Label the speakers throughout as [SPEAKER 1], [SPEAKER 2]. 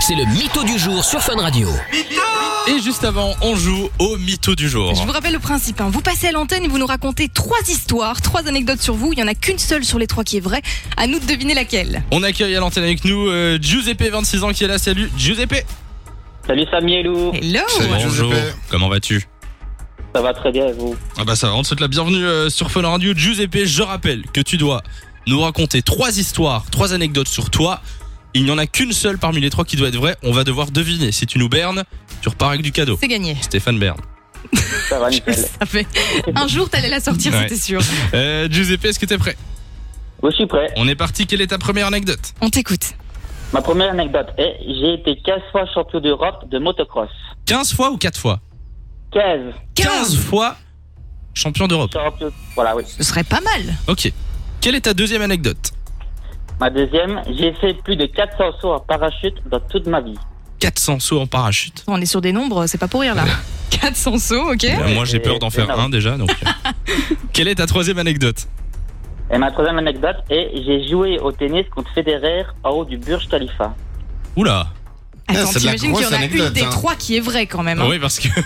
[SPEAKER 1] C'est le mytho du jour sur Fun Radio.
[SPEAKER 2] Et juste avant, on joue au mytho du jour.
[SPEAKER 3] Je vous rappelle le principe. hein. Vous passez à l'antenne et vous nous racontez trois histoires, trois anecdotes sur vous. Il n'y en a qu'une seule sur les trois qui est vraie. À nous de deviner laquelle.
[SPEAKER 2] On accueille à l'antenne avec nous euh, Giuseppe, 26 ans, qui est là. Salut Giuseppe.
[SPEAKER 4] Salut Samy et Lou,
[SPEAKER 3] Hello
[SPEAKER 2] Bonjour.
[SPEAKER 5] Giuseppe.
[SPEAKER 2] Comment vas-tu
[SPEAKER 4] ça va très bien et vous
[SPEAKER 2] Ah bah ça va, on te souhaite la bienvenue euh, sur Fun Radio. Giuseppe, je rappelle que tu dois nous raconter trois histoires, trois anecdotes sur toi. Il n'y en a qu'une seule parmi les trois qui doit être vraie. On va devoir deviner. Si tu nous bernes, tu repars avec du cadeau.
[SPEAKER 3] C'est gagné.
[SPEAKER 2] Stéphane Bern.
[SPEAKER 4] Ça va
[SPEAKER 3] Je le
[SPEAKER 4] nickel.
[SPEAKER 3] savais. Un jour, t'allais la sortir,
[SPEAKER 2] Ouais.
[SPEAKER 3] c'était sûr.
[SPEAKER 2] Euh, Giuseppe, est-ce que t'es prêt
[SPEAKER 4] Moi je suis prêt.
[SPEAKER 2] On est parti. Quelle est ta première anecdote
[SPEAKER 3] On t'écoute.
[SPEAKER 4] Ma première anecdote est j'ai été 15 fois champion d'Europe de motocross.
[SPEAKER 2] 15 fois ou 4 fois
[SPEAKER 4] 15
[SPEAKER 3] 15
[SPEAKER 2] fois champion d'Europe.
[SPEAKER 4] champion. Voilà, oui.
[SPEAKER 3] Ce serait pas mal.
[SPEAKER 2] Ok. Quelle est ta deuxième anecdote
[SPEAKER 4] Ma deuxième, j'ai fait plus de 400 sauts en parachute dans toute ma vie.
[SPEAKER 2] 400 sauts en parachute.
[SPEAKER 3] On est sur des nombres, c'est pas pour rire là. 400 sauts, ok
[SPEAKER 2] Bah, moi j'ai peur d'en faire
[SPEAKER 4] Énorme.
[SPEAKER 2] un déjà donc. euh. Quelle est ta troisième anecdote
[SPEAKER 4] Et ma troisième anecdote est j'ai joué au tennis contre Federer en haut du Burj Khalifa.
[SPEAKER 2] Oula
[SPEAKER 3] Attends,
[SPEAKER 5] Eh, c'est de la
[SPEAKER 3] t'imagines qu'il y en
[SPEAKER 5] grosse
[SPEAKER 3] a une
[SPEAKER 5] anecdote,
[SPEAKER 3] des
[SPEAKER 5] hein.
[SPEAKER 3] trois qui est vraie quand même.
[SPEAKER 2] Ah
[SPEAKER 3] hein.
[SPEAKER 2] Oui parce que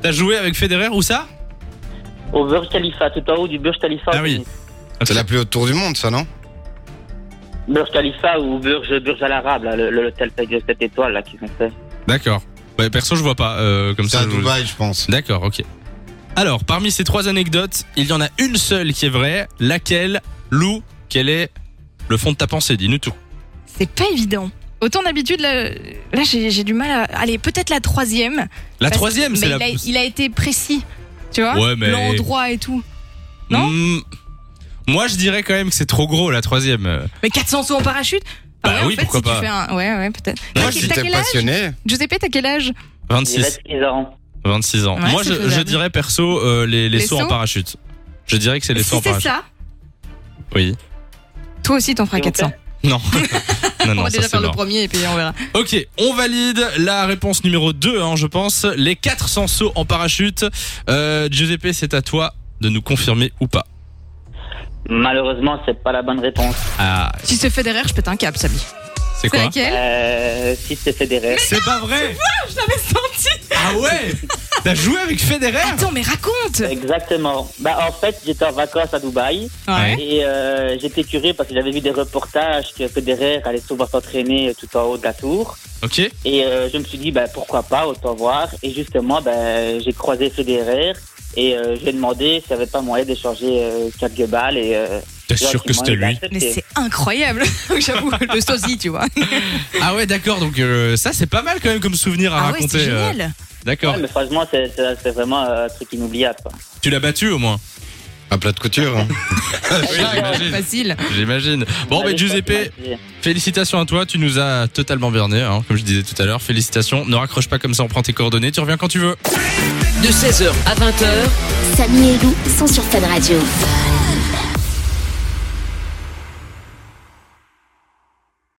[SPEAKER 2] t'as joué avec Federer ou ça
[SPEAKER 4] Au Burj Khalifa, tout en haut du Burj Khalifa.
[SPEAKER 2] Ah
[SPEAKER 4] au
[SPEAKER 2] oui.
[SPEAKER 4] tennis.
[SPEAKER 5] C'est la plus haute tour du monde, ça, non
[SPEAKER 4] Burj Khalifa ou Burj, Burj Al Arab, là, le- le- l'hôtel avec les 7 étoiles là qu'ils ont fait.
[SPEAKER 2] D'accord. Bah, perso je vois pas euh, comme
[SPEAKER 5] C'est
[SPEAKER 2] ça.
[SPEAKER 5] à
[SPEAKER 2] je-
[SPEAKER 5] Dubaï, je pense.
[SPEAKER 2] D'accord ok. Alors parmi ces trois anecdotes il y en a une seule qui est vraie. Laquelle Lou quel est le fond de ta pensée Dis-nous tout.
[SPEAKER 3] C'est pas évident. Autant d'habitude, là, là, j'ai j'ai du mal à. Allez, peut-être la troisième.
[SPEAKER 2] La
[SPEAKER 3] Parce-
[SPEAKER 2] troisième c'est
[SPEAKER 3] mais
[SPEAKER 2] la.
[SPEAKER 3] il, a, il a été précis, tu vois
[SPEAKER 2] Ouais, mais-
[SPEAKER 3] L'endroit et tout. non
[SPEAKER 2] Hmm, moi je dirais quand même que c'est trop gros la troisième. Euh,
[SPEAKER 3] Mais 400 sauts en parachute Ah
[SPEAKER 2] Bah oui,
[SPEAKER 3] ouais, en fait,
[SPEAKER 2] pourquoi
[SPEAKER 3] si
[SPEAKER 2] pas.
[SPEAKER 3] Tu fais un... Ouais, ouais, peut-être.
[SPEAKER 2] Non,
[SPEAKER 3] T'as
[SPEAKER 5] Moi,
[SPEAKER 2] je
[SPEAKER 3] quel-
[SPEAKER 5] si
[SPEAKER 3] t'as
[SPEAKER 5] t'es
[SPEAKER 3] quel âge
[SPEAKER 5] passionné,
[SPEAKER 3] Giuseppe, t'as quel âge
[SPEAKER 4] J'ai
[SPEAKER 2] 26.
[SPEAKER 4] 26 ans.
[SPEAKER 2] 26 ans.
[SPEAKER 3] Ouais,
[SPEAKER 2] Moi,
[SPEAKER 3] c'est
[SPEAKER 2] je, je
[SPEAKER 3] faisable.
[SPEAKER 2] dirais perso euh, les, les
[SPEAKER 3] Les
[SPEAKER 2] sauts en
[SPEAKER 3] sauts
[SPEAKER 2] parachute. Je dirais que c'est les sauts
[SPEAKER 3] Si
[SPEAKER 2] en
[SPEAKER 3] c'est
[SPEAKER 2] parachute.
[SPEAKER 3] ça,
[SPEAKER 2] Oui.
[SPEAKER 3] toi aussi t'en feras
[SPEAKER 4] Et on
[SPEAKER 3] 400.
[SPEAKER 2] Non. non, non,
[SPEAKER 3] on va
[SPEAKER 2] ça
[SPEAKER 3] déjà
[SPEAKER 2] c'est
[SPEAKER 3] faire le
[SPEAKER 2] mort.
[SPEAKER 3] premier et puis on verra.
[SPEAKER 2] Ok, on valide la réponse numéro 2, hein, je pense. Les 400 sauts en parachute. Euh, Giuseppe, c'est à toi de nous confirmer ou pas.
[SPEAKER 4] Malheureusement, c'est pas la bonne réponse.
[SPEAKER 2] Ah,
[SPEAKER 3] Si c'est Federer, je pète un câble, Samy.
[SPEAKER 2] c'est
[SPEAKER 3] C'est
[SPEAKER 2] quoi
[SPEAKER 3] laquelle
[SPEAKER 4] Euh, si c'est Federer.
[SPEAKER 2] C'est pas vrai
[SPEAKER 3] Je l'avais senti
[SPEAKER 2] Ah ouais T'as joué avec Federer
[SPEAKER 3] Attends, mais raconte
[SPEAKER 4] Exactement. Bah, en fait, j'étais en vacances à Dubaï
[SPEAKER 3] Ouais.
[SPEAKER 4] et euh, j'étais curieux parce que j'avais vu des reportages que Federer allait souvent s'entraîner tout en haut de la tour.
[SPEAKER 2] Ok.
[SPEAKER 4] Et euh, je me suis dit, bah, pourquoi pas, autant voir. Et justement, bah, j'ai croisé Federer et euh, je lui ai demandé s'il n'y avait pas moyen d'échanger euh, quelques balles. Et, euh,
[SPEAKER 2] T'es sûr que
[SPEAKER 4] gentiment,
[SPEAKER 2] c'était
[SPEAKER 4] il a
[SPEAKER 2] lui
[SPEAKER 4] accepté.
[SPEAKER 3] Mais c'est incroyable, j'avoue, le sosie, tu vois.
[SPEAKER 2] Ah ouais, d'accord. Donc euh, ça, c'est pas mal quand même comme souvenir à
[SPEAKER 3] Ah ouais,
[SPEAKER 2] raconter.
[SPEAKER 3] c'est
[SPEAKER 2] euh,
[SPEAKER 3] génial.
[SPEAKER 2] d'accord.
[SPEAKER 4] Ouais, mais franchement, c'est- c'est c'est vraiment euh, un truc inoubliable. quoi.
[SPEAKER 2] Tu l'as battu au moins.
[SPEAKER 5] à plat de couture. hein.
[SPEAKER 2] Ah, j'imagine.
[SPEAKER 3] Facile.
[SPEAKER 2] J'imagine. Bon,
[SPEAKER 4] Allez,
[SPEAKER 2] ben Giuseppe,
[SPEAKER 4] franchement,
[SPEAKER 2] félicitations à toi. Tu nous as totalement berné, hein, comme je disais tout à l'heure. Félicitations. Ne raccroche pas comme ça, on prend tes coordonnées. Tu reviens quand tu veux.
[SPEAKER 1] De 16h à 20h,
[SPEAKER 6] Samy et Lou sont sur Fan Radio.